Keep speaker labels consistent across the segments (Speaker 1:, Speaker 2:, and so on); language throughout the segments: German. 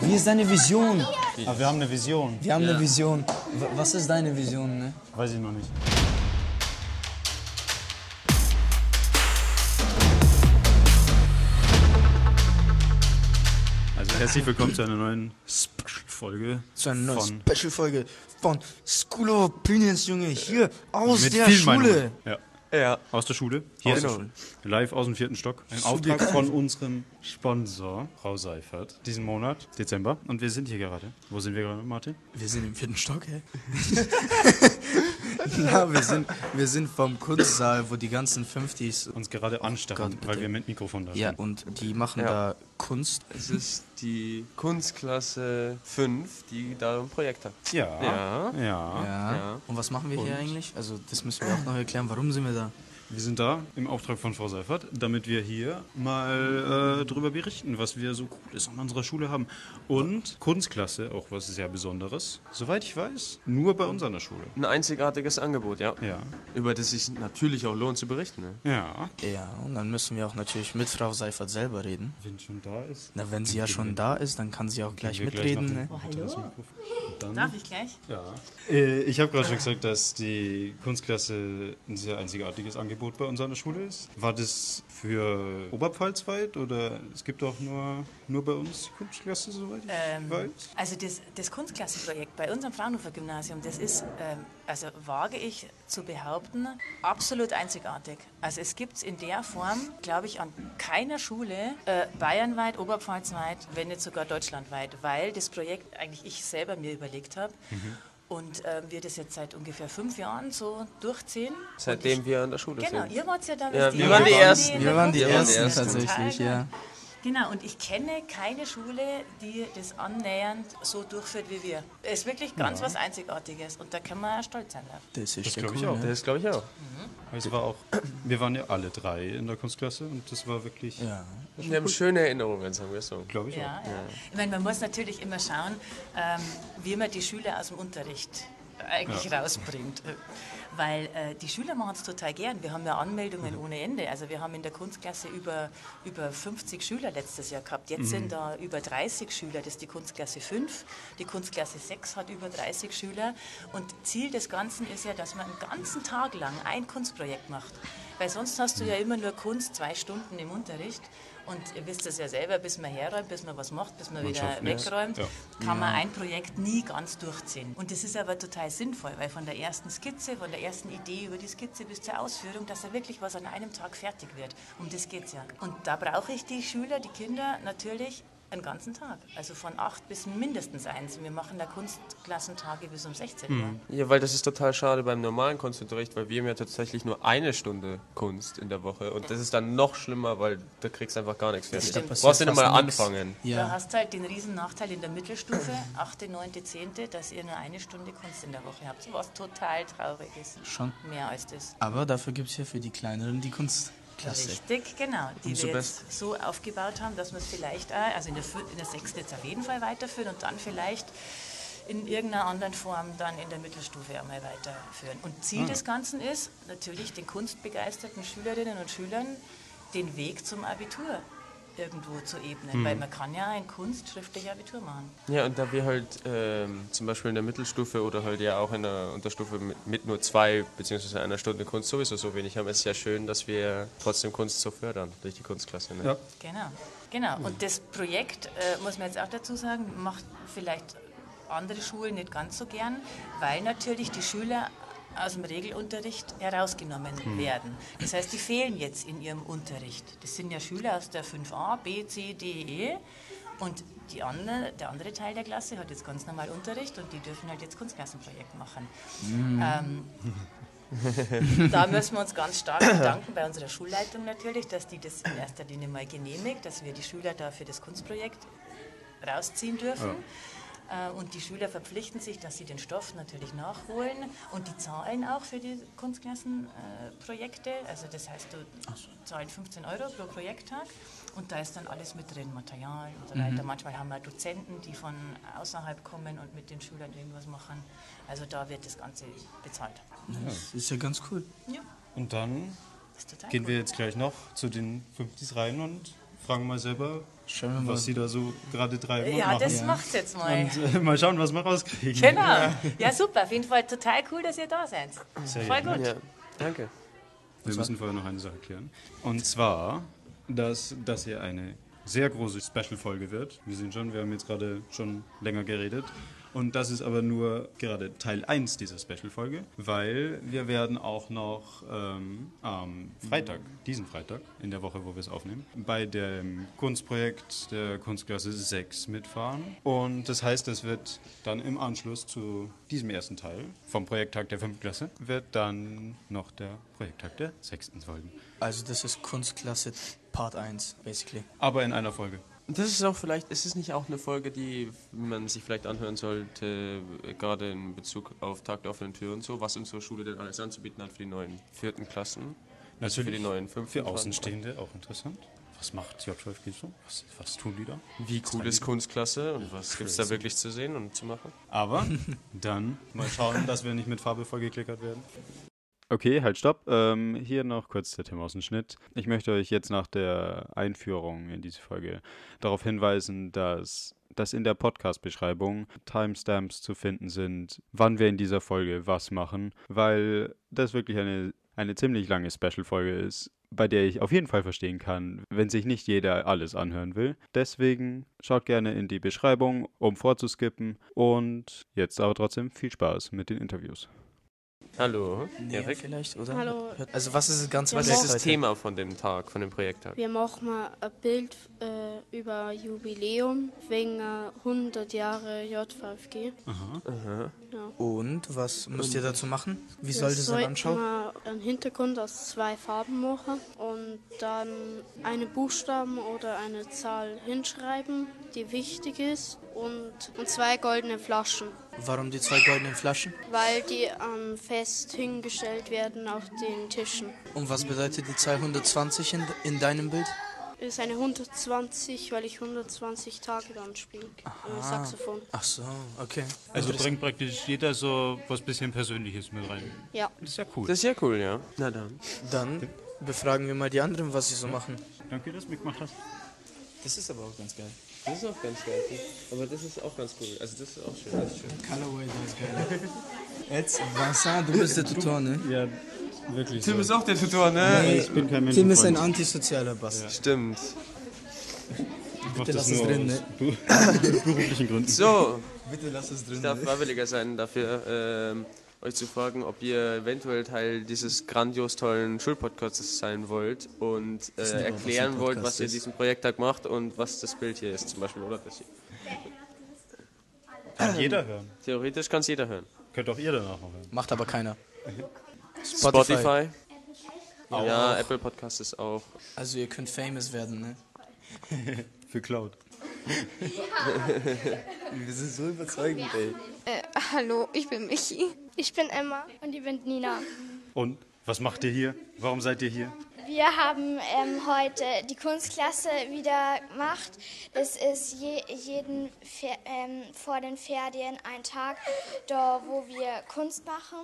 Speaker 1: Wie ist deine Vision?
Speaker 2: Aber wir haben eine Vision.
Speaker 1: Wir haben eine Vision. W- Was ist deine Vision? Ne?
Speaker 2: Weiß ich noch nicht. Also herzlich willkommen zu einer neuen Special-Folge.
Speaker 3: zu einer neuen
Speaker 2: von
Speaker 3: Special-Folge von School of Opinions, Junge, hier aus
Speaker 2: mit
Speaker 3: der
Speaker 2: vielen
Speaker 3: Schule.
Speaker 2: Meinungen. Ja.
Speaker 3: Ja.
Speaker 2: Aus der Schule. Hier
Speaker 3: Aus der
Speaker 2: ist
Speaker 3: Schule.
Speaker 2: live aus dem vierten Stock. Im Auftrag von unserem Sponsor, Frau Seifert, diesen Monat, Dezember. Und wir sind hier gerade. Wo sind wir gerade, Martin?
Speaker 3: Wir sind im vierten Stock, hä? ja, wir sind, wir sind vom Kunstsaal, wo die ganzen 50s.
Speaker 2: Uns gerade anstarren,
Speaker 3: Gott, bitte.
Speaker 2: weil wir mit Mikrofon da
Speaker 3: Ja,
Speaker 2: sind.
Speaker 3: und die machen
Speaker 4: Ja.
Speaker 3: da Kunst.
Speaker 4: Es ist die Kunstklasse 5, die da ein Projekt hat.
Speaker 2: Ja.
Speaker 4: Ja.
Speaker 2: ja.
Speaker 3: Ja.
Speaker 4: Ja.
Speaker 3: Und was machen wir hier eigentlich? Also, das müssen wir auch noch erklären. Warum sind wir da?
Speaker 2: Wir sind da im Auftrag von Frau Seifert, damit wir hier mal äh, darüber berichten, was wir so Cooles an unserer Schule haben. Und Kunstklasse, auch was sehr Besonderes. Soweit ich weiß, nur bei uns an der Schule.
Speaker 4: Ein einzigartiges Angebot, ja.
Speaker 2: Ja.
Speaker 4: Über das sich natürlich auch lohnt zu berichten. Ne?
Speaker 2: Ja.
Speaker 3: Ja, und dann müssen wir auch natürlich mit Frau Seifert selber reden.
Speaker 2: Wenn schon da ist.
Speaker 3: Na, wenn sie ja schon da ist, dann kann sie auch gleich
Speaker 2: wir
Speaker 3: mitreden.
Speaker 2: gleich
Speaker 3: ne?
Speaker 2: noch- Warte, lass mich rufen. Und Dann,
Speaker 5: Darf ich gleich?
Speaker 2: Ja. Äh, Ich habe gerade schon gesagt, dass die Kunstklasse ein sehr einzigartiges Angebot bei uns an der Schule ist. War das für Oberpfalzweit oder es gibt auch nur, nur bei uns die Kunstklasse, soweit ich
Speaker 5: Ähm,
Speaker 2: weiß?
Speaker 5: also das, das Kunstklassenprojekt bei unserem Fraunhofer Gymnasium, das ist, ähm, also wage ich zu behaupten, absolut einzigartig. Also es gibt es in der Form, glaube ich, an keiner Schule, äh, bayernweit, oberpfalzweit, wenn nicht sogar deutschlandweit, weil das Projekt eigentlich ich selber mir überlegt habe. Und ähm, wir das jetzt seit ungefähr fünf Jahren so durchziehen.
Speaker 4: Seitdem wir an der Schule
Speaker 5: Genau,
Speaker 4: sind.
Speaker 5: ihr wart ja damals
Speaker 4: Ja, wir waren die Ersten.
Speaker 3: Wir waren die
Speaker 5: Wir
Speaker 3: Ersten
Speaker 5: Ersten.
Speaker 3: tatsächlich,
Speaker 5: Total geil.
Speaker 3: ja.
Speaker 5: Genau, und ich kenne keine Schule, die das annähernd so durchführt wie wir. Es ist wirklich ganz was Einzigartiges und da kann man stolz sein. drauf.
Speaker 3: Das ist ja
Speaker 2: glaub ich
Speaker 3: cool,
Speaker 2: auch.
Speaker 3: ne?
Speaker 4: Das glaube ich auch.
Speaker 2: Also war auch, wir waren ja alle drei in der Kunstklasse und das war wirklich,
Speaker 3: Ja.
Speaker 4: Wir haben schöne Erinnerungen, sagen wir so.
Speaker 2: glaube ich,
Speaker 5: Ja, ja. Ich meine, man muss natürlich immer schauen, ähm, wie man die Schüler aus dem Unterricht eigentlich rausbringt. Weil äh, die Schüler machen es total gern. Wir haben ja Anmeldungen
Speaker 4: Mhm.
Speaker 5: ohne Ende. Also wir haben in der Kunstklasse über, über 50 Schüler letztes Jahr gehabt. Jetzt
Speaker 2: Mhm.
Speaker 5: sind da über 30 Schüler. Das ist die Kunstklasse 5. Die Kunstklasse 6 hat über 30 Schüler. Und Ziel des Ganzen ist ja, dass man einen ganzen Tag lang ein Kunstprojekt macht. Weil sonst hast du
Speaker 2: Mhm.
Speaker 5: ja immer nur Kunst zwei Stunden im Unterricht. Und ihr wisst das ja selber, bis man herräumt, bis man was macht, bis man wieder
Speaker 2: schafft nichts.
Speaker 5: wegräumt,
Speaker 2: Ja.
Speaker 5: kann man ein Projekt nie ganz durchziehen. Und das ist aber total sinnvoll, weil von der ersten Skizze, von der ersten Idee über die Skizze bis zur Ausführung, dass da wirklich was an einem Tag fertig wird. Um das geht's ja. Und da brauche ich die Schüler, die Kinder natürlich einen ganzen Tag. Also von acht bis mindestens eins. Wir machen da Kunstklassentage bis um 16 Uhr.
Speaker 4: Mhm. Ja, weil das ist total schade beim normalen Kunstunterricht, weil wir haben ja tatsächlich nur eine Stunde Kunst in der Woche. Und das ist dann noch schlimmer, weil da kriegst du einfach gar nichts fertig.
Speaker 5: stimmt.
Speaker 4: Du brauchst du nicht mal
Speaker 3: Fast nix.
Speaker 4: anfangen.
Speaker 5: Da
Speaker 3: Ja.
Speaker 5: hast halt den riesen Nachteil in der Mittelstufe, 8., 9., 10., dass ihr nur eine Stunde Kunst in der Woche habt, was total traurig ist.
Speaker 3: Schon.
Speaker 5: Mehr als das.
Speaker 3: Aber dafür gibt es hier für die Kleineren die Kunstklasse.
Speaker 5: Richtig, genau. Die
Speaker 4: Umso
Speaker 5: wir jetzt so aufgebaut haben, dass wir es vielleicht, auch- also in der, vier- in der sechsten jetzt auf jeden Fall weiterführen und dann vielleicht in irgendeiner anderen Form dann in der Mittelstufe einmal weiterführen. Und Ziel des Ganzen ist natürlich den kunstbegeisterten Schülerinnen und Schülern den Weg zum Abitur irgendwo zu ebnen, weil man kann ja ein kunstschriftliches Abitur machen.
Speaker 4: Ja, und da wir halt ähm, zum Beispiel in der Mittelstufe oder halt ja auch in der Unterstufe mit, mit nur zwei beziehungsweise einer Stunde Kunst sowieso so wenig haben, ist es ja schön, dass wir trotzdem Kunst so fördern durch die Kunstklasse. Ne?
Speaker 2: Ja.
Speaker 5: Genau, genau. Und das Projekt, äh, muss man jetzt auch dazu sagen, macht vielleicht andere Schulen nicht ganz so gern, weil natürlich die Schüler aus dem Regelunterricht herausgenommen werden. Das heißt, die fehlen jetzt in ihrem Unterricht. Das sind ja Schüler aus der 5a, B, C, D, E. Und die andere, der andere Teil der Klasse hat jetzt ganz normal Unterricht und die dürfen halt jetzt Kunstklassenprojekt machen. Ähm, da müssen wir uns ganz stark bedanken bei unserer Schulleitung natürlich, dass die das in erster Linie mal genehmigt, dass wir die Schüler da für das Kunstprojekt rausziehen dürfen. Äh, Und die Schüler verpflichten sich, dass sie den Stoff natürlich nachholen und die zahlen auch für die Kunstklassenprojekte. Also das heißt, du zahlst 15 Euro pro Projekttag und da ist dann alles mit drin, Material und so weiter. Manchmal haben wir Dozenten, die von außerhalb kommen und mit den Schülern irgendwas machen. Also da wird das Ganze bezahlt.
Speaker 3: Das ist ja ganz cool.
Speaker 5: Ja,
Speaker 2: Und dann
Speaker 5: ist total
Speaker 2: gehen
Speaker 5: cool.
Speaker 2: wir jetzt gleich noch zu den 50s rein und fragen wir mal selber,
Speaker 1: Schauen wir mal.
Speaker 2: was sie da so gerade treiben und
Speaker 5: Ja,
Speaker 2: machen.
Speaker 5: das macht's jetzt mal.
Speaker 2: Und äh, mal schauen, was wir rauskriegen.
Speaker 5: Genau. Ja, super. Auf jeden Fall total cool, dass ihr da seid.
Speaker 2: Sehr
Speaker 5: Voll
Speaker 2: gerne.
Speaker 5: gut.
Speaker 4: Ja, danke.
Speaker 2: Wir müssen vorher noch eine Sache klären. Und zwar, dass das hier eine sehr große Special-Folge wird. Wir sehen schon, wir haben jetzt gerade schon länger geredet. Und das ist aber nur gerade Teil 1 dieser Special-Folge, weil wir werden auch noch ähm, am Freitag, diesen Freitag, in der Woche, wo wir es aufnehmen, bei dem Kunstprojekt der Kunstklasse 6 mitfahren. Und das heißt, es wird dann im Anschluss zu diesem ersten Teil vom Projekttag der 5. Klasse, wird dann noch der Projekttag der 6. folgen.
Speaker 1: Also das ist Kunstklasse Part 1, basically.
Speaker 2: Aber in einer Folge.
Speaker 4: Das ist auch vielleicht, ist es nicht auch eine Folge, die man sich vielleicht anhören sollte, äh, gerade in Bezug auf Tag der offenen Tür und so, was unsere Schule denn alles anzubieten hat für die neuen vierten Klassen? Also für die neuen fünften.
Speaker 2: Für Außenstehende auch interessant. Was macht J12 so? Was, was tun die da?
Speaker 4: Wie cool ist Kunstklasse und was gibt es da
Speaker 2: Crazy.
Speaker 4: wirklich zu sehen und zu machen?
Speaker 2: Aber dann mal schauen, dass wir nicht mit Farbe vollgeklickert werden.
Speaker 6: Okay, halt, stopp. Ähm, hier noch kurz der Tim Außenschnitt. Ich möchte euch jetzt nach der Einführung in diese Folge darauf hinweisen, dass, dass in der Podcast-Beschreibung Timestamps zu finden sind, wann wir in dieser Folge was machen, weil das wirklich eine, eine ziemlich lange Special-Folge ist, bei der ich auf jeden Fall verstehen kann, wenn sich nicht jeder alles anhören will. Deswegen schaut gerne in die Beschreibung, um vorzuskippen. Und jetzt aber trotzdem viel Spaß mit den Interviews.
Speaker 4: Hallo, Erik.
Speaker 1: vielleicht, oder?
Speaker 7: Hallo.
Speaker 1: Also was ist das ganze
Speaker 7: Ja,
Speaker 4: Was
Speaker 7: morgen.
Speaker 4: ist das Thema von dem Tag, von dem Projekttag?
Speaker 7: Wir haben auch mal ein Bild äh, über Jubiläum wegen äh, 100 Jahre JVFG.
Speaker 1: Und was müsst ihr dazu machen? Wie soll das denn
Speaker 7: sollten
Speaker 1: anschauen?
Speaker 7: wir einen Hintergrund aus zwei Farben machen und dann eine Buchstaben oder eine Zahl hinschreiben, die wichtig ist und, und zwei goldene Flaschen,
Speaker 1: Warum die zwei goldenen Flaschen?
Speaker 7: weil die am Fest hingestellt werden auf den Tischen.
Speaker 1: Und was bedeutet die 220 in, in deinem Bild?
Speaker 7: Das ist eine 120, weil ich 120 Tage dann spiele. Äh, Saxophon.
Speaker 3: Ah.
Speaker 1: Ach so, okay.
Speaker 8: Also bringt praktisch jeder so was bisschen Persönliches mit rein.
Speaker 7: Ja.
Speaker 8: Das ist ja cool.
Speaker 4: Das ist ja cool, ja. Na dann.
Speaker 1: Dann befragen wir mal die anderen, was sie so machen.
Speaker 2: Danke, dass du mitgemacht hast.
Speaker 1: Das ist aber auch ganz geil.
Speaker 4: Das ist auch ganz geil. Aber das ist auch ganz cool. Also das ist auch schön. Das ist schön.
Speaker 1: Colorway, das ist geil. Jetzt, Vincent, du bist der Tutor, ne?
Speaker 2: Ja, wirklich.
Speaker 4: Du bist auch der Tutor, ne?
Speaker 2: Ich bin kein Mensch.
Speaker 1: Tim ist ein antisozialer Bastard.
Speaker 4: Stimmt.
Speaker 2: ich mach
Speaker 1: Bitte
Speaker 2: das
Speaker 1: lass es
Speaker 2: nur
Speaker 1: drin, ne?
Speaker 2: aus be- beruflichen Gründen.
Speaker 4: So,
Speaker 1: Bitte lass es drin. ne?
Speaker 4: Ich darf freiwilliger sein dafür, ähm, euch zu fragen, ob ihr eventuell Teil dieses grandios tollen Schulpodcasts sein wollt und äh,
Speaker 1: nicht mal, was
Speaker 4: erklären
Speaker 1: ein
Speaker 4: wollt,
Speaker 1: Podcast
Speaker 4: was ihr
Speaker 1: ist.
Speaker 4: diesen Projekttag macht und was das Bild hier ist zum Beispiel, oder das hier.
Speaker 2: Kann jeder hören.
Speaker 4: Theoretisch kann es jeder hören.
Speaker 2: Könnt auch ihr danach noch hören.
Speaker 1: Macht aber keiner.
Speaker 4: Spotify. Ja, Apple Podcast ist auch.
Speaker 1: Also ihr könnt famous werden, ne?
Speaker 2: Für Cloud.
Speaker 9: Äh, Hallo, ich bin Michi.
Speaker 7: Ich bin Emma und ich bin Nina.
Speaker 2: Und was macht ihr hier? Warum seid ihr hier?
Speaker 9: Wir haben ähm, heute die Kunstklasse wieder gemacht. Das ist je, jeden Fer ähm, vor den Ferien ein Tag, da wo wir Kunst machen.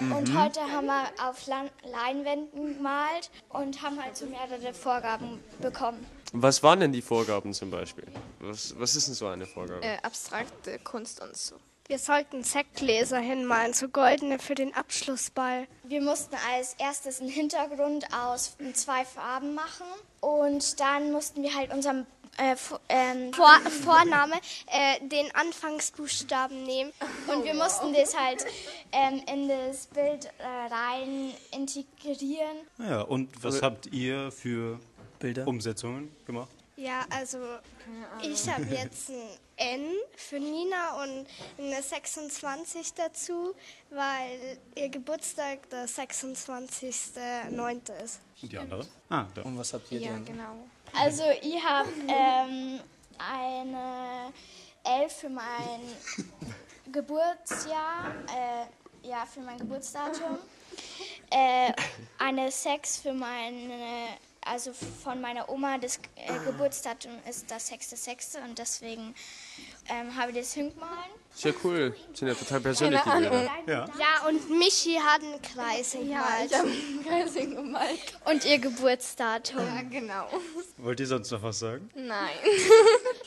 Speaker 4: Mhm.
Speaker 9: Und heute haben wir auf Lan Leinwänden gemalt und haben halt so mehrere Vorgaben bekommen.
Speaker 4: Was waren denn die Vorgaben zum Beispiel? Was, was ist denn so eine Vorgabe?
Speaker 9: Äh. abstrakte Kunst und so.
Speaker 7: Wir sollten Sektgläser hinmalen, so goldene für den Abschlussball.
Speaker 9: Wir mussten als erstes einen Hintergrund aus zwei Farben machen und dann mussten wir halt unseren äh, Vo- ähm,
Speaker 7: Vor Vorname, äh, den Anfangsbuchstaben nehmen.
Speaker 9: und wir mussten das halt ähm, in das Bild äh, rein integrieren.
Speaker 2: Naja, und was habt ihr für
Speaker 1: Bilder.
Speaker 2: Umsetzungen gemacht?
Speaker 7: Ja, also ich habe jetzt ein N für Nina und eine 26 dazu, weil ihr Geburtstag der 26.09. ist.
Speaker 2: Und die anderen? Ah, da.
Speaker 1: Und was habt ihr denn?
Speaker 9: genau. Also ich habe ähm, eine L für mein Geburtsjahr, äh, ja, für mein Geburtsdatum, äh, eine 6 für meine also von meiner Oma, das äh, Geburtsdatum ist das 6.6. und deswegen ähm, habe ich das hingemahlen.
Speaker 4: Sehr cool. Sind ja total persönlich, die Bilder.
Speaker 2: Ja.
Speaker 9: Ja, und Michi hat einen Kreis hingemalt.
Speaker 10: Kreising gemalt.
Speaker 9: und ihr Geburtsdatum.
Speaker 10: Ja, genau.
Speaker 2: Wollt ihr sonst noch was sagen?
Speaker 10: Nein.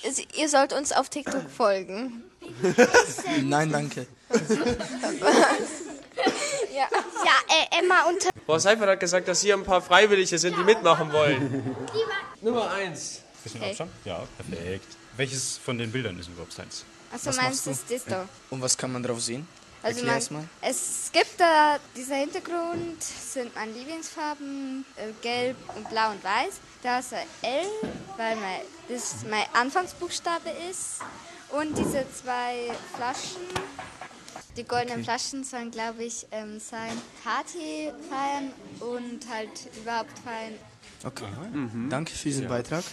Speaker 10: Es- Ihr sollt uns auf TikTok folgen.
Speaker 1: Nein, danke.
Speaker 10: Ja.
Speaker 9: Ja, äh, Emma und
Speaker 4: Frau Seifert hat gesagt, dass hier ein paar Freiwillige sind, die mitmachen wollen. Nummer eins.
Speaker 2: Bisschen Abstand? Ja, perfekt. Welches von den Bildern ist überhaupt deins?
Speaker 10: Also
Speaker 1: Was
Speaker 10: meinst
Speaker 1: machst
Speaker 10: du
Speaker 1: du?
Speaker 10: es das da?
Speaker 1: Und was kann man drauf sehen?
Speaker 10: Also
Speaker 1: Erklär
Speaker 10: man,
Speaker 1: es mal.
Speaker 10: es gibt da dieser Hintergrund, sind meine Lieblingsfarben, äh, gelb und blau und weiß. Da ist ein L, weil mein, das mein Anfangsbuchstabe ist. Und diese zwei Flaschen, die goldenen Flaschen sollen, glaube ich, ähm, sein Party feiern und halt überhaupt feiern.
Speaker 1: Okay. Danke für diesen Beitrag.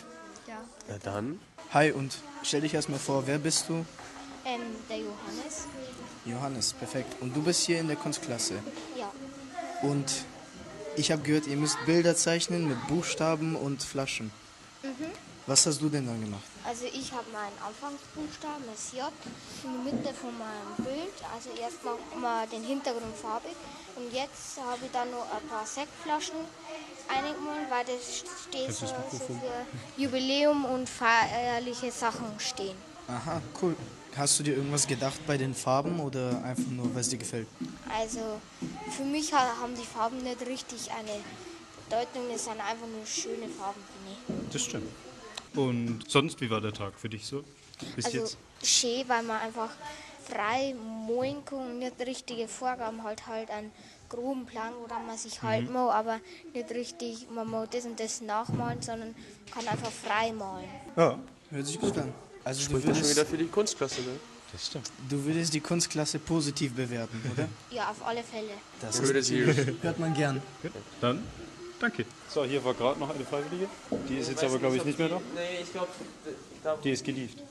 Speaker 10: Ja.
Speaker 4: Na dann.
Speaker 1: Hi und stell dich erstmal vor, wer bist du?
Speaker 9: ähm, der Johannes.
Speaker 1: Johannes, perfekt. Und du bist hier in der Kunstklasse.
Speaker 9: Ja.
Speaker 1: Und ich habe gehört, ihr müsst Bilder zeichnen mit Buchstaben und Flaschen. Was hast du denn dann gemacht?
Speaker 9: Mhm. Also ich habe meinen Anfangsbuchstaben, das J, in die Mitte von meinem Bild. Also erstmal mal den Hintergrund farbig. Und jetzt habe ich dann noch ein paar Sektflaschen eingemalt, weil das steht so, so für Jubiläum und feierliche Sachen stehen.
Speaker 1: Aha, cool. Hast du dir irgendwas gedacht bei den Farben oder einfach nur, weil es dir gefällt?
Speaker 9: Also für mich ha- haben die Farben nicht richtig eine Bedeutung, das sind einfach nur schöne Farben, finde ich.
Speaker 2: Das stimmt. Und sonst, wie war der Tag für dich so? Bis
Speaker 9: Also
Speaker 2: jetzt?
Speaker 9: schön, weil man einfach frei moin kann und nicht richtige Vorgaben hat, halt einen groben Plan, woran man
Speaker 2: Mhm.
Speaker 9: sich halten muss, aber nicht richtig, man muss das und das nachmalen, sondern kann einfach frei malen.
Speaker 2: Ja.
Speaker 1: Hört sich gut an. Also du
Speaker 4: Spricht man schon wieder
Speaker 1: würdest,
Speaker 4: für die Kunstklasse, ne?
Speaker 2: Das stimmt.
Speaker 1: du würdest die Kunstklasse positiv bewerten, oder?
Speaker 9: Ja, auf alle Fälle.
Speaker 1: Das
Speaker 4: Ich würde sie.
Speaker 1: hört man gern.
Speaker 2: Dann, danke. So, hier war gerade noch eine Freiwillige. Die ist jetzt aber, glaube ich, nicht mehr da.
Speaker 4: Nee, ich glaube.
Speaker 2: Die ist gelieft.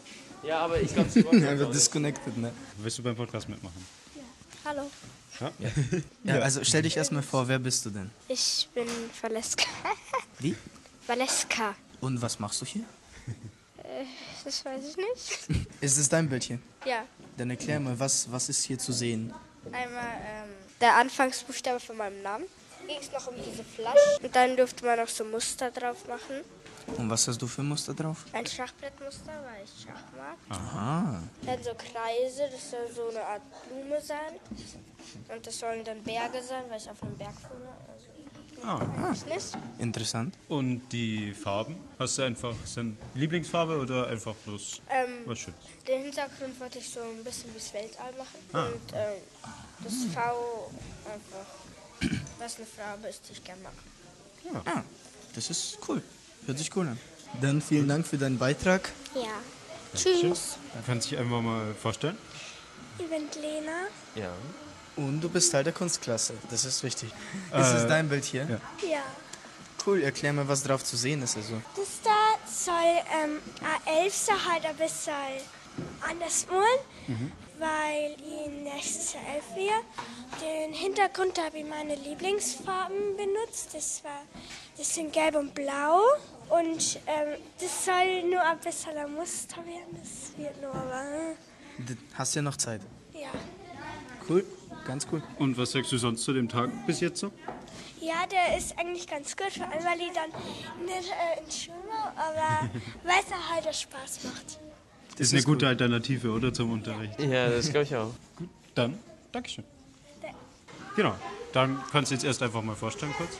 Speaker 4: Ja, aber ich glaube, sie wollen
Speaker 1: Ja, wird disconnected, ne?
Speaker 2: Willst du beim Podcast mitmachen?
Speaker 9: Hallo,
Speaker 1: Ja, also stell dich erstmal vor, wer bist du denn?
Speaker 9: ich bin Valeska.
Speaker 1: Wie?
Speaker 9: Valeska. Äh,
Speaker 1: Und was machst du hier?
Speaker 9: Das weiß ich nicht.
Speaker 1: Ist es dein Bildchen?
Speaker 10: Ja,
Speaker 1: Dann erklär mal, was, was ist hier zu sehen?
Speaker 10: einmal
Speaker 9: ähm,
Speaker 10: der Anfangsbuchstabe von meinem Namen.
Speaker 9: Ging es noch um diese Flasche?
Speaker 10: Und dann durfte man noch so Muster drauf machen.
Speaker 1: Und was hast du für Muster drauf?
Speaker 9: Ein Schachbrettmuster, weil ich Schach mag.
Speaker 1: Aha.
Speaker 9: Dann so Kreise, das soll so eine Art Blume sein. Und das sollen dann Berge sein, weil ich auf einem Berg wohne. Also
Speaker 2: Ah.
Speaker 9: ich nicht.
Speaker 1: Interessant.
Speaker 2: Und die Farben? Hast du einfach sind Lieblingsfarbe oder einfach bloß
Speaker 9: Ähm.
Speaker 2: was Schönes?
Speaker 9: Den Hintergrund wollte ich so ein bisschen wie das Weltall machen. Und ähm, das V einfach, was eine Farbe ist, die ich gerne mag.
Speaker 1: Ah, das ist cool. Hört sich cool an. Dann vielen Dank für deinen Beitrag.
Speaker 9: Ja. Tschüss.
Speaker 2: Kannst du dich einfach mal vorstellen?
Speaker 9: Ich bin Lena.
Speaker 4: Ja.
Speaker 1: Und du bist Teil der Kunstklasse. Das ist wichtig. Ist es dein Bild hier?
Speaker 2: Äh, ja.
Speaker 9: Ja.
Speaker 1: Cool, erklär mir, was drauf zu sehen ist. Also.
Speaker 9: Das da soll ähm, A11 sein, halt ein bisschen anders wollen,
Speaker 5: Mhm.
Speaker 9: weil ich nächstes Jahr elf werde. Den Hintergrund habe ich meine Lieblingsfarben benutzt. Das, war, das sind gelb und blau. Und ähm, das soll nur ein bisschen ein Muster werden. Das wird nur aber.
Speaker 1: D- Hast ja noch Zeit.
Speaker 9: Ja.
Speaker 1: Cool, ganz cool.
Speaker 2: Und was sagst du sonst zu dem Tag bis jetzt so?
Speaker 9: ja, der ist eigentlich ganz gut, vor allem weil ich dann nicht äh, in Schule, aber weil es dann halt auch Spaß macht.
Speaker 2: ist eine gute Alternative, oder, zum Unterricht?
Speaker 4: Ja, das glaube ich auch.
Speaker 2: Gut, dann, Dankeschön. Genau, dann kannst du jetzt erst einfach mal vorstellen kurz.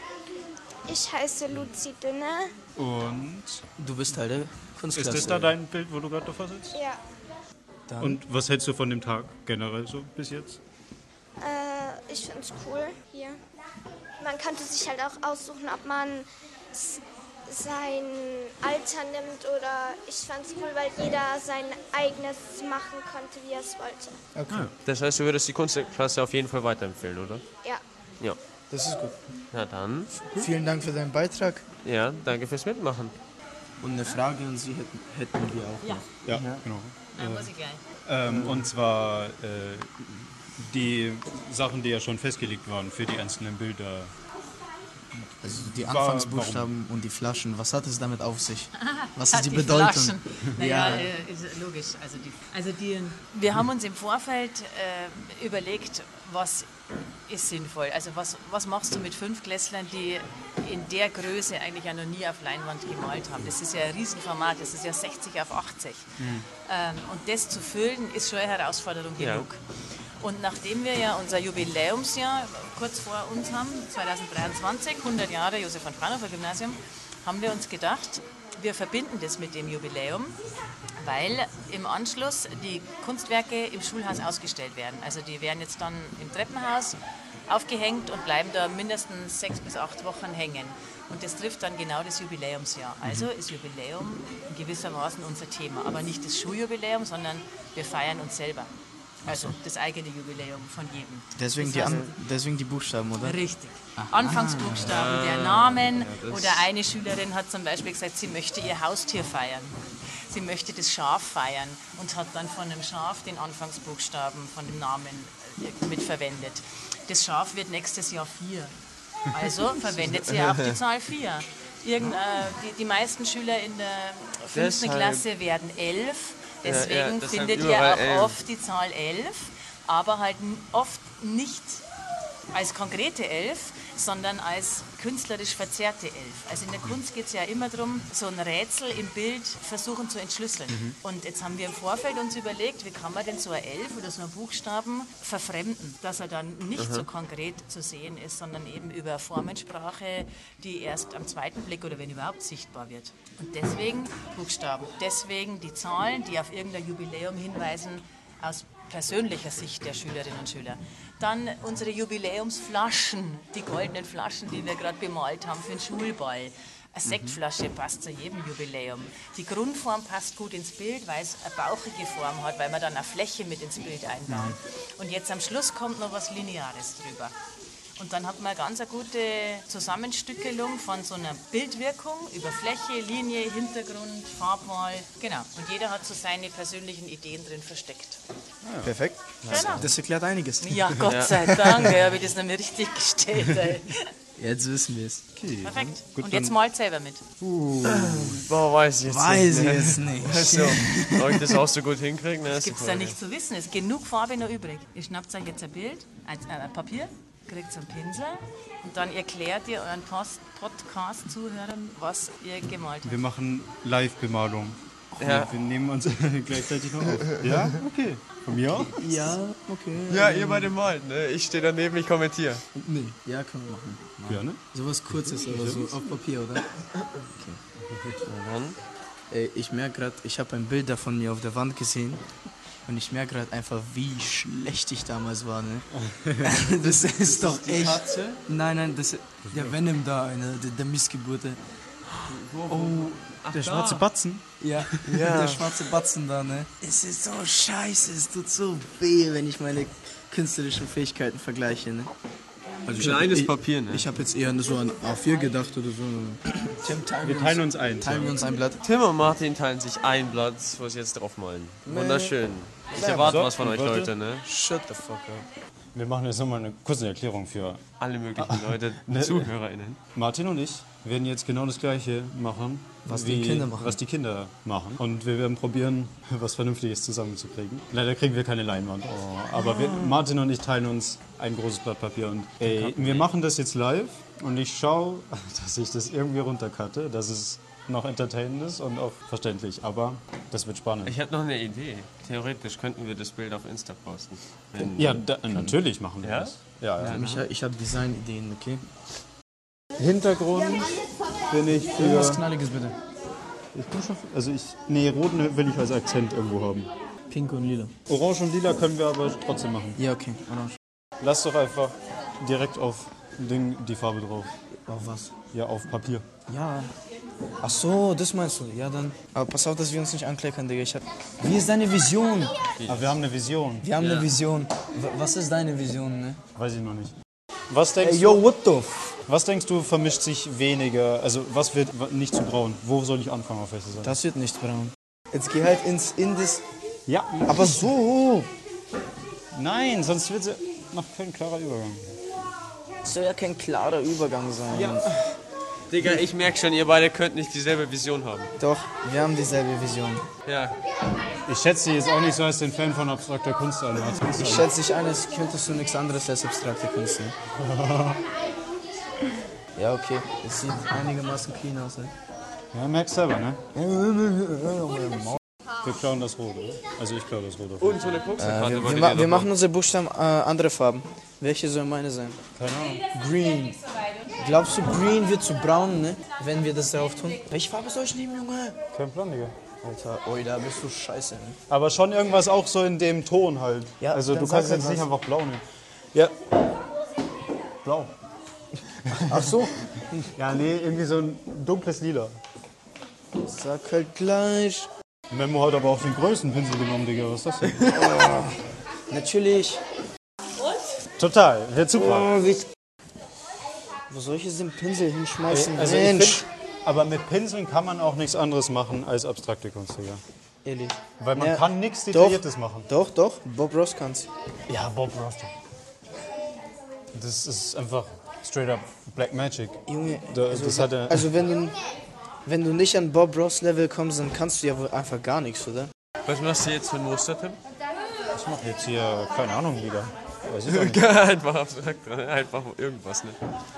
Speaker 9: Ich heiße Luzi Dünner.
Speaker 2: Und
Speaker 1: Du bist Teil der
Speaker 2: ist
Speaker 1: Kunstklasse.
Speaker 2: das da dein Bild, wo du gerade davor sitzt?
Speaker 9: Ja.
Speaker 1: Dann,
Speaker 2: Und was hältst du von dem Tag generell so bis jetzt?
Speaker 9: Äh, ich finde es cool hier. Man könnte sich halt auch aussuchen, ob man s- sein Alter nimmt oder ich fand es cool, weil jeder sein eigenes machen konnte, wie er es wollte.
Speaker 4: Das heißt, du würdest die Kunstklasse auf jeden Fall weiterempfehlen, oder?
Speaker 9: Ja.
Speaker 4: Ja.
Speaker 1: das ist gut.
Speaker 4: Na dann.
Speaker 1: Vielen Dank für deinen Beitrag.
Speaker 4: Ja, danke fürs Mitmachen.
Speaker 1: Und eine Frage an Sie hätten, hätten wir auch.
Speaker 5: Ja.
Speaker 1: noch.
Speaker 2: Ja, genau.
Speaker 5: Dann muss ich gleich.
Speaker 2: Ähm, und zwar äh, die Sachen, die ja schon festgelegt waren für die einzelnen Bilder.
Speaker 1: Also die
Speaker 2: Wa- warum?
Speaker 1: Anfangsbuchstaben und die Flaschen, was hat es damit auf sich?
Speaker 5: Ah,
Speaker 1: Was
Speaker 5: hat
Speaker 1: ist die, Bedeutung?
Speaker 5: Flaschen. Naja, äh, ist logisch. Also die, also die, wir haben uns im Vorfeld äh, überlegt, was ist sinnvoll. Also was, was machst du mit fünf Gläslern, die in der Größe eigentlich ja noch nie auf Leinwand gemalt haben? Das ist ja ein Riesenformat, das ist ja 60 auf 80.
Speaker 1: Mhm.
Speaker 5: Ähm, und das zu füllen, ist schon eine Herausforderung
Speaker 4: Ja.
Speaker 5: genug. Und nachdem wir ja unser Jubiläumsjahr kurz vor uns haben, 2023, 100 Jahre Josef von Fraunhofer Gymnasium, haben wir uns gedacht, wir verbinden das mit dem Jubiläum, weil im Anschluss die Kunstwerke im Schulhaus ausgestellt werden. Also die werden jetzt dann im Treppenhaus aufgehängt und bleiben da mindestens sechs bis acht Wochen hängen. Und das trifft dann genau das Jubiläumsjahr.
Speaker 1: Mhm.
Speaker 5: Also ist Jubiläum in gewisser Maßen unser Thema. Aber nicht das Schuljubiläum, sondern wir feiern uns selber. Also das eigene Jubiläum von jedem.
Speaker 1: Deswegen, die
Speaker 5: das heißt,
Speaker 1: An deswegen die Buchstaben, oder?
Speaker 5: Richtig.
Speaker 1: Aha. Ah.
Speaker 5: Anfangsbuchstaben der
Speaker 4: Ah,
Speaker 5: Namen oder eine Schülerin hat zum Beispiel gesagt, sie möchte ihr Haustier feiern. Sie möchte das Schaf feiern und hat dann von dem Schaf den Anfangsbuchstaben von dem Namen äh, mitverwendet. Das Schaf wird nächstes Jahr vier. Also verwendet sie auch die Zahl vier. Irgend, äh, die, die meisten Schüler in der fünften
Speaker 4: Deshalb-
Speaker 5: Klasse werden elf.
Speaker 4: Ja, ja,
Speaker 5: Deswegen
Speaker 4: deshalb
Speaker 5: findet ihr
Speaker 4: überall
Speaker 5: auch
Speaker 4: elf.
Speaker 5: oft die Zahl 11, aber halt n- oft nicht als konkrete Elf, sondern als künstlerisch verzerrte Elf. Also in der Kunst geht es ja immer darum, so ein Rätsel im Bild versuchen zu entschlüsseln.
Speaker 11: Mhm.
Speaker 5: Und jetzt haben wir im Vorfeld uns überlegt, wie kann man denn so ein Elf oder so einen Buchstaben verfremden, dass er dann nicht
Speaker 11: Aha.
Speaker 5: so konkret zu sehen ist, sondern eben über Formensprache, die erst am zweiten Blick oder wenn überhaupt sichtbar wird. Und deswegen Buchstaben, deswegen die Zahlen, die auf irgendein Jubiläum hinweisen, aus persönlicher Sicht der Schülerinnen und Schüler. Dann unsere Jubiläumsflaschen, die goldenen Flaschen, die wir gerade bemalt haben für den Schulball. Eine Sektflasche passt zu jedem Jubiläum. Die Grundform passt gut ins Bild, weil es eine bauchige Form hat, weil man dann eine Fläche mit ins Bild einbaut. Und jetzt am Schluss kommt noch was Lineares drüber. Und dann hat man eine ganz eine gute Zusammenstückelung von so einer Bildwirkung über Fläche, Linie, Hintergrund, Farbwahl. Genau. Und jeder hat so seine persönlichen Ideen drin versteckt.
Speaker 1: Perfekt.
Speaker 5: Genau.
Speaker 1: Das erklärt einiges.
Speaker 5: Ja, Gott sei Dank, ja, habe ich das nämlich richtig gestellt. Ey.
Speaker 1: Jetzt wissen wir es.
Speaker 5: Perfekt. Und jetzt malt selber mit.
Speaker 4: Boah, weiß ich jetzt
Speaker 1: Weiß
Speaker 4: nicht.
Speaker 1: ich jetzt nicht.
Speaker 4: Also, ob ich das auch so gut hinkriegen? Ne,
Speaker 5: Das gibt es da nicht zu wissen. Es ist genug Farbe noch übrig. Ihr schnappt euch jetzt ein Bild, ein, äh, ein Papier, kriegt einen Pinsel und dann erklärt ihr euren Post Podcast-Zuhörern, was ihr gemalt habt.
Speaker 2: Wir machen Live-Bemalung.
Speaker 4: Ja.
Speaker 2: Wir, wir nehmen uns gleichzeitig noch auf. Ja? Okay. Von mir auch?
Speaker 1: Ja, okay.
Speaker 4: Ja,
Speaker 1: Ähm,
Speaker 4: ihr beide malt, ne? Ich stehe daneben, ich kommentiere.
Speaker 1: Nee, ja, können wir machen. Mal.
Speaker 2: Gerne.
Speaker 1: Sowas Kurzes, aber so auf Papier, oder? Okay. Ey, ich merke gerade, ich habe ein Bild davon mir auf der Wand gesehen. Und ich merke gerade einfach, wie schlecht ich damals war, ne? Das ist doch
Speaker 3: die
Speaker 1: echt.
Speaker 3: Katze?
Speaker 1: Nein, nein, das ist der Venom da, einer, der, der Missgeburt. ey. Oh,
Speaker 3: Ach,
Speaker 1: der
Speaker 3: da.
Speaker 1: schwarze Batzen? Ja,
Speaker 3: Ja.
Speaker 1: der schwarze Batzen da, ne? Es ist so scheiße, es tut so weh, wenn ich meine künstlerischen Fähigkeiten vergleiche, ne?
Speaker 4: Also ich hab- Kleines ich- Papier, ne?
Speaker 1: Ich habe jetzt eher so an A4 gedacht oder so. Tim, teilen
Speaker 4: Wir teilen uns ein.
Speaker 1: Teilen wir uns ein Blatt.
Speaker 4: Tim und Martin teilen sich ein Blatt, wo sie jetzt drauf malen.
Speaker 1: Nee.
Speaker 4: Wunderschön. Ich
Speaker 2: Ja,
Speaker 4: erwarte
Speaker 2: so,
Speaker 4: was von euch,
Speaker 2: warte.
Speaker 4: Leute, ne?
Speaker 1: Shut the fuck up.
Speaker 2: Wir machen jetzt nochmal eine kurze Erklärung für Ah, ne,
Speaker 4: alle möglichen Leute, ZuhörerInnen.
Speaker 2: Martin und ich werden jetzt genau das Gleiche machen,
Speaker 1: Was die Kinder machen.
Speaker 2: was die Kinder machen. Und wir werden probieren, was Vernünftiges zusammenzukriegen. Leider kriegen wir keine Leinwand. Oh, aber wir,
Speaker 6: Ah.
Speaker 2: Martin und ich teilen uns ein großes Blatt Papier. Und ey,
Speaker 6: Kappen,
Speaker 2: wir
Speaker 6: ey.
Speaker 2: machen das jetzt live und ich schaue, dass ich das irgendwie runtercutte, dass es noch entertainend ist und auch verständlich. Aber das wird spannend.
Speaker 4: Ich habe noch eine Idee. Theoretisch könnten wir das Bild auf Insta posten. Wenn-
Speaker 2: Ja, da, natürlich machen wir
Speaker 4: Ja?
Speaker 2: das. Ja, ja.
Speaker 1: Ich, ich habe Designideen, okay?
Speaker 2: Hintergrund bin ich für.
Speaker 1: Irgendwas Knalliges bitte.
Speaker 2: Ich bin schon. Also ich. Nee, roten will ich als Akzent irgendwo haben.
Speaker 1: Pink und lila.
Speaker 2: Orange und lila können wir aber trotzdem machen.
Speaker 1: Ja, okay, orange.
Speaker 2: Lass doch einfach direkt auf Ding die Farbe drauf.
Speaker 1: Auf was?
Speaker 2: Ja, auf Papier.
Speaker 1: Ja. Ach so, das meinst du. Ja, dann. Aber pass auf, dass wir uns nicht ankleckern, Digga. Ich hab... Wie ist deine Vision?
Speaker 2: Aber wir haben eine Vision.
Speaker 1: Wir haben eine Vision. W was ist deine Vision, ne?
Speaker 2: Weiß ich noch nicht. Was denkst
Speaker 1: Ey, yo,
Speaker 2: du?
Speaker 1: what the f
Speaker 2: Was denkst du, vermischt sich weniger? Also was wird wa- nicht zu braun? Wo soll ich anfangen auf welche Seite?
Speaker 1: Das wird nicht braun. Jetzt geh halt ins, in das...
Speaker 2: Ja.
Speaker 1: Aber so.
Speaker 2: Nein, sonst wird sie noch kein klarer Übergang.
Speaker 1: Soll ja kein klarer Übergang sein.
Speaker 4: Ja. Digga, ich merke schon, ihr beide könnt nicht dieselbe Vision haben.
Speaker 1: Doch, wir haben dieselbe Vision.
Speaker 4: Ja.
Speaker 2: Ich schätze dich jetzt auch nicht so als den Fan von abstrakter Kunst ein. Als Kunst
Speaker 1: Ich schätze dich ein, als könntest du nichts anderes als abstrakte Kunst. Ne? ja, okay. Es sieht einigermaßen clean aus, ne?
Speaker 2: Ja, merkst selber, ne? Wir klauen das Rot, oder? Also ich klau das Rot auf. jeden
Speaker 4: Und so eine
Speaker 2: Fall.
Speaker 1: Äh, wir, wir, ma- wir machen unsere Buchstaben äh, andere Farben. Welche soll meine sein?
Speaker 2: Keine Ahnung.
Speaker 1: Green. Glaubst du, Green wird zu braun, ne? Wenn wir das drauf tun? Welche Farbe soll ich nehmen, Junge?
Speaker 2: Kein Plan, Digga.
Speaker 1: Alter, oi, da bist du scheiße, ne?
Speaker 2: Aber schon irgendwas auch so in dem Ton halt.
Speaker 1: Ja,
Speaker 2: also
Speaker 1: dann
Speaker 2: du kannst
Speaker 1: sag
Speaker 2: jetzt
Speaker 1: halt
Speaker 2: nicht
Speaker 1: was.
Speaker 2: einfach blau nehmen.
Speaker 1: Ja.
Speaker 2: Blau.
Speaker 1: Ach so.
Speaker 2: Ja, nee, irgendwie so ein dunkles Lila.
Speaker 1: Sag halt gleich.
Speaker 2: Memo hat aber auch den größten Pinsel genommen, Digga. Was ist das denn?
Speaker 1: Natürlich.
Speaker 2: Total. Wird super.
Speaker 1: Oh, wie... Wo soll ich jetzt den Pinsel hinschmeißen?
Speaker 2: Also ich
Speaker 1: Mensch.
Speaker 2: find, aber mit Pinseln kann man auch nichts anderes machen als abstrakte Kunst, Digga.
Speaker 1: Ehrlich.
Speaker 2: Weil man
Speaker 1: Ja,
Speaker 2: kann nichts
Speaker 1: doch.
Speaker 2: Detailliertes machen.
Speaker 1: Doch, doch. Bob Ross kann's.
Speaker 2: Ja, Bob Ross. Das ist einfach straight up Black Magic.
Speaker 1: Junge,
Speaker 2: Da-
Speaker 1: also,
Speaker 2: das hat er-
Speaker 1: also wenn, du, wenn du nicht an Bob Ross Level kommst, dann kannst du ja wohl einfach gar nichts, oder?
Speaker 4: Was machst du jetzt für ein Muster, Tim?
Speaker 2: Ich mach jetzt hier, keine Ahnung, wieder. Weiß ich auch nicht.
Speaker 4: Einfach abstrakt, ne? einfach irgendwas, ne?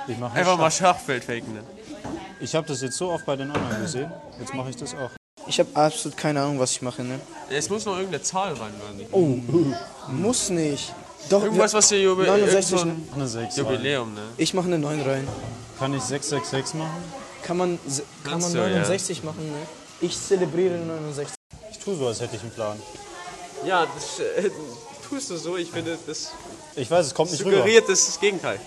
Speaker 2: Ich mach
Speaker 4: Einfach mal
Speaker 2: nicht
Speaker 4: Schachfeld faken, ne?
Speaker 2: Ich habe das jetzt so oft bei den anderen gesehen. Jetzt mache ich das auch.
Speaker 1: Ich habe absolut keine Ahnung, was ich mache, ne?
Speaker 4: Es muss noch irgendeine Zahl rein, oder nicht?
Speaker 1: Oh, muss nicht. Doch,
Speaker 4: Irgendwas,
Speaker 1: wir-
Speaker 4: was hier über
Speaker 1: 69,
Speaker 4: irgend so
Speaker 1: ne?
Speaker 4: ein
Speaker 2: Eine 6.
Speaker 4: Jubiläum, ne?
Speaker 1: Ich mache eine 9 rein.
Speaker 2: Kann ich 666 machen?
Speaker 1: Kann man, se- kann man
Speaker 4: Kannst du, ja.
Speaker 1: 69 machen, ne? Ich zelebriere 69.
Speaker 2: Ich tue so, als hätte ich einen Plan.
Speaker 4: Ja, das äh, tust du so, ich finde, das
Speaker 2: Ich weiß, es kommt nicht rüber.
Speaker 4: suggeriert das Gegenteil.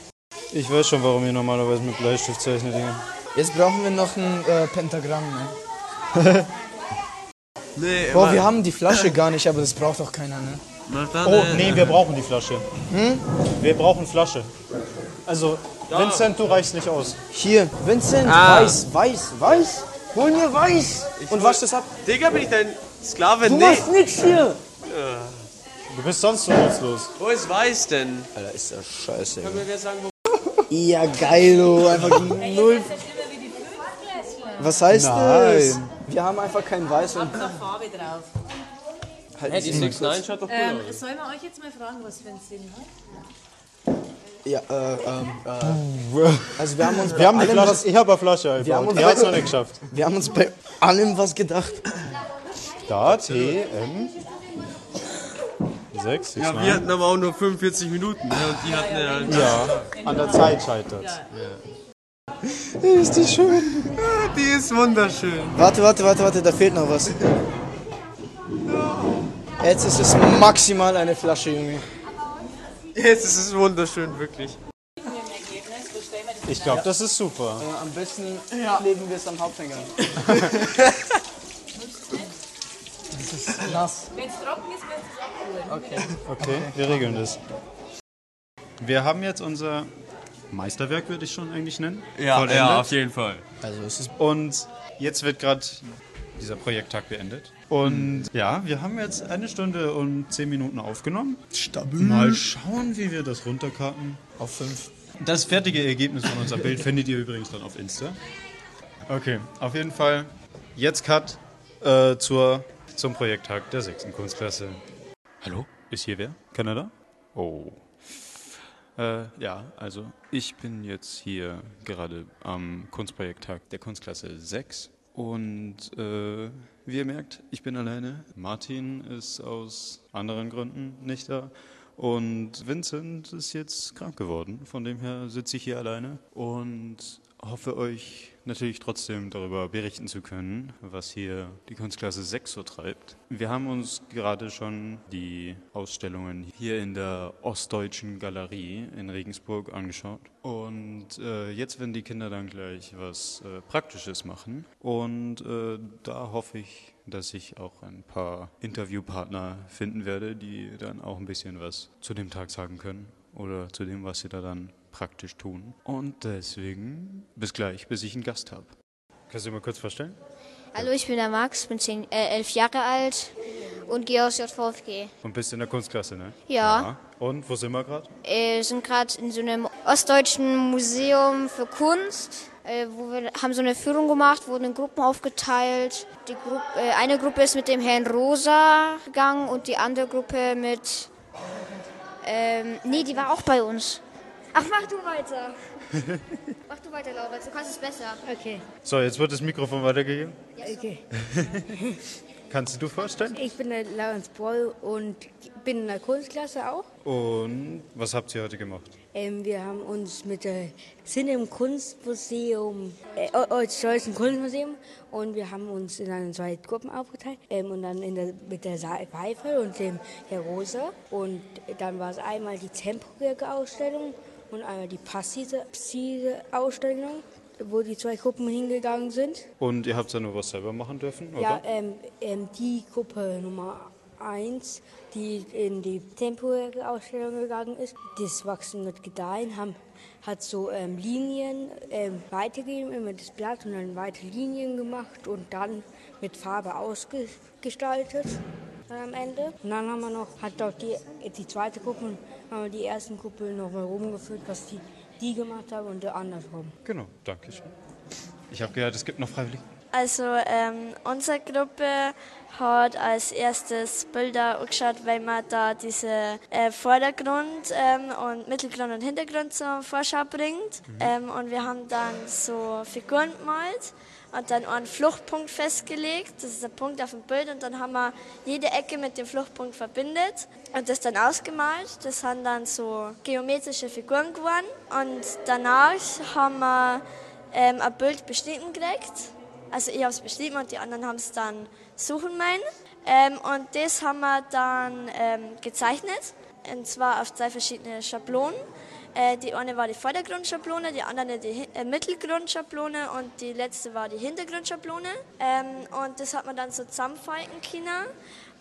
Speaker 2: Ich weiß schon, warum ihr normalerweise mit Bleistift zeichnet. Digga.
Speaker 1: Jetzt brauchen wir noch ein äh, Pentagramm, ne?
Speaker 4: Nee,
Speaker 1: Boah, wir haben die Flasche gar nicht, aber das braucht auch keiner, ne?
Speaker 4: mach dann, äh,
Speaker 2: Oh, nee, wir brauchen die Flasche.
Speaker 1: Hm?
Speaker 2: Wir brauchen Flasche. Also, Vincent, du reichst nicht aus.
Speaker 1: Hier, Vincent,
Speaker 4: Ah.
Speaker 1: weiß, weiß, weiß. Hol mir weiß und wasch das ab.
Speaker 4: Digga, bin ich dein Sklave?
Speaker 1: Du
Speaker 4: nee.
Speaker 1: machst nix hier.
Speaker 2: Du bist sonst so nutzlos.
Speaker 4: Wo ist Weiß denn?
Speaker 1: Alter, ist das scheiße.
Speaker 4: Können wir jetzt sagen, wo
Speaker 1: Ja, geil, du. Einfach gegen null. Was heißt das? Wir haben einfach kein Weiß und
Speaker 5: Noch Farbe drauf.
Speaker 1: halt
Speaker 4: die 6-9 schaut
Speaker 10: Äh,
Speaker 4: doch gut
Speaker 5: Ähm,
Speaker 4: aus.
Speaker 5: sollen wir euch jetzt mal fragen, was für einen Sinn hat?
Speaker 1: Ja, äh, ähm, äh. Also wir haben uns bei
Speaker 2: Wir haben die
Speaker 1: allem
Speaker 2: Flasche.
Speaker 1: was,
Speaker 2: Ich habe eine Flasche eingebaut.
Speaker 1: haben-
Speaker 2: Ihr habt es noch nicht geschafft.
Speaker 1: wir haben uns bei allem was gedacht.
Speaker 2: Da, T, M. 6, ich
Speaker 4: Ja, wir hatten aber auch nur 45 Minuten, ne? Und die hatten ja. ja.
Speaker 2: Ja, an der Zeit scheitert.
Speaker 1: Ist die schön.
Speaker 4: Ah, Die ist wunderschön.
Speaker 1: Warte, warte, warte, warte, da fehlt noch was. Jetzt ist es maximal eine Flasche, Junge.
Speaker 4: Jetzt ist es wunderschön, wirklich.
Speaker 2: Ich glaube, das ist super.
Speaker 1: Am besten legen wir es am Haupteingang. das ist nass.
Speaker 5: Wenn es trocken ist, kannst du es abholen.
Speaker 2: Okay, wir regeln das. Wir haben jetzt unser Meisterwerk, würde ich schon eigentlich nennen. vollendet.
Speaker 4: jeden Fall.
Speaker 1: Also es ist
Speaker 2: Und jetzt wird gerade dieser Projekttag beendet. Und ja, wir haben jetzt eine Stunde und zehn Minuten aufgenommen.
Speaker 1: stabil.
Speaker 2: Mal schauen, wie wir das runterkarten.
Speaker 1: Auf 5.
Speaker 2: Das fertige Ergebnis von unserem Bild findet ihr übrigens dann auf Insta. Okay, auf jeden Fall jetzt Cut äh, zur, zum Projekttag der 6. Kunstklasse.
Speaker 6: Hallo? Ist hier wer? Kanada? Oh. Äh, ja, also ich bin jetzt hier gerade am Kunstprojekttag der Kunstklasse 6 und äh, wie ihr merkt, ich bin alleine. Martin ist aus anderen Gründen nicht da und Vincent ist jetzt krank geworden. Von dem her sitze ich hier alleine und hoffe euch natürlich trotzdem darüber berichten zu können, was hier die Kunstklasse 6 so treibt. Wir haben uns gerade schon die Ausstellungen hier in der Ostdeutschen Galerie in Regensburg angeschaut. Und äh, jetzt werden die Kinder dann gleich was äh, Praktisches machen. Und äh, da hoffe ich, dass ich auch ein paar Interviewpartner finden werde, die dann auch ein bisschen was zu dem Tag sagen können oder zu dem, was sie da dann praktisch tun. Und deswegen bis gleich, bis ich einen Gast habe.
Speaker 2: Kannst du dir mal kurz vorstellen?
Speaker 11: Hallo, ich bin der Max, bin zehn, äh, elf Jahre alt
Speaker 9: und gehe aus JVFG.
Speaker 2: Und bist in der Kunstklasse, ne?
Speaker 9: Ja.
Speaker 2: Und wo sind wir gerade?
Speaker 9: Wir Äh, sind gerade in so einem ostdeutschen Museum für Kunst, äh, wo wir haben so eine Führung gemacht, wurden in Gruppen aufgeteilt. Die Gru äh, eine Gruppe ist mit dem Herrn Rosa gegangen und die andere Gruppe mit. Ähm, nee, die war auch bei uns.
Speaker 10: Ach, mach du weiter. mach du weiter, Laura, du kannst es besser.
Speaker 9: Okay.
Speaker 2: So, jetzt wird das Mikrofon weitergegeben.
Speaker 12: Okay.
Speaker 2: Kannst du vorstellen?
Speaker 12: Ich bin der Lawrence Boll und bin in der Kunstklasse auch.
Speaker 2: Und was habt ihr heute gemacht?
Speaker 12: Ähm, wir haben uns mit der sind im Kunstmuseum, äh, o- Ostdeutschen Kunstmuseum und wir haben uns in eine, zwei Gruppen aufgeteilt ähm, und dann in der, mit der Sa- Pfeife und dem Herr Rosa und dann war es einmal die temporäre Ausstellung und einmal die passive, passive Ausstellung, wo die zwei Gruppen hingegangen sind.
Speaker 2: Und ihr habt ja nur was selber machen dürfen, oder?
Speaker 12: Ja, ähm, ähm, die Gruppe Nummer 1, die in die temporäre Ausstellung gegangen ist, das Wachsen und Gedeihen, haben, hat so ähm, Linien ähm, weitergegeben, immer das Blatt und dann weite Linien gemacht und dann mit Farbe ausgestaltet. Dann am Ende. Und dann haben wir noch, hat doch die, die zweite Gruppe, haben wir die ersten Gruppe nochmal rumgeführt, was die, die gemacht haben und andersrum.
Speaker 2: Genau, danke schön. Ich habe gehört, es gibt noch Freiwillige.
Speaker 13: Also ähm, unsere Gruppe hat als erstes Bilder angeschaut, weil wir da diese äh, Vordergrund ähm, und Mittelgrund und Hintergrund zur Vorschau bringt.
Speaker 14: Mhm.
Speaker 13: Ähm, und wir haben dann so Figuren gemalt und dann einen Fluchtpunkt festgelegt. Das ist der Punkt auf dem Bild und dann haben wir jede Ecke mit dem Fluchtpunkt verbindet und das dann ausgemalt. Das sind dann so geometrische Figuren geworden. Und danach haben wir ähm, ein Bild beschnitten gekriegt. Also ich habe es beschrieben und die anderen haben es dann suchen meinen. Ähm, und das haben wir dann ähm, gezeichnet. Und zwar auf zwei verschiedene Schablonen. Äh, die eine war die Vordergrundschablone, die andere die Hin- äh, Mittelgrundschablone und die letzte war die Hintergrundschablone. Ähm, und das hat man dann so zusammenfalten können.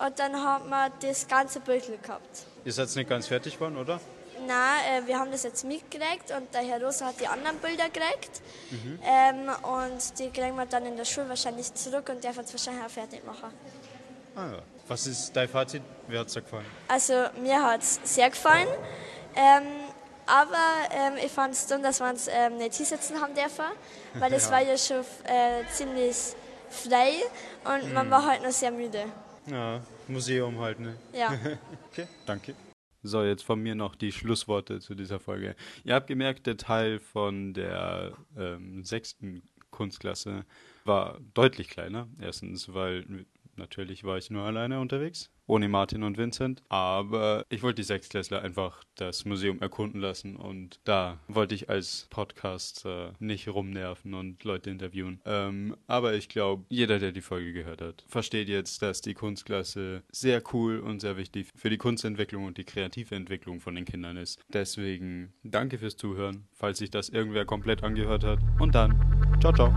Speaker 13: Und dann hat man das ganze Bild gehabt.
Speaker 2: Ihr seid nicht ganz fertig geworden, oder?
Speaker 13: Na, äh, wir haben das jetzt mitgekriegt und der Herr Rosa hat die anderen Bilder gekriegt.
Speaker 2: Mhm.
Speaker 13: Ähm, und die kriegen wir dann in der Schule wahrscheinlich zurück und dürfen es wahrscheinlich auch fertig machen.
Speaker 2: Ah, ja. Was ist dein Fazit? Wer hat's dir gefallen?
Speaker 13: Also mir hat es sehr gefallen. Ähm, aber ähm, ich fand es dumm, dass wir uns ähm, nicht hinsetzen haben dürfen, weil das
Speaker 2: Ja.
Speaker 13: war ja schon äh, ziemlich frei und man
Speaker 2: Mhm.
Speaker 13: war halt noch sehr müde.
Speaker 2: Ja, Museum halt, ne?
Speaker 13: Ja.
Speaker 2: okay, danke. So, jetzt von mir noch die Schlussworte zu dieser Folge. Ihr habt gemerkt, der Teil von der ähm, sechsten Kunstklasse war deutlich kleiner. Erstens, weil n- natürlich war ich nur alleine unterwegs, ohne Martin und Vincent. Aber ich wollte die Sechstklässler einfach das Museum erkunden lassen und da wollte ich als Podcast äh, nicht rumnerven und Leute interviewen. Ähm, aber ich glaube, jeder, der die Folge gehört hat, versteht jetzt, dass die Kunstklasse sehr cool und sehr wichtig für die Kunstentwicklung und die kreative Entwicklung von den Kindern ist. Deswegen danke fürs Zuhören, falls sich das irgendwer komplett angehört hat. Und dann, ciao, ciao.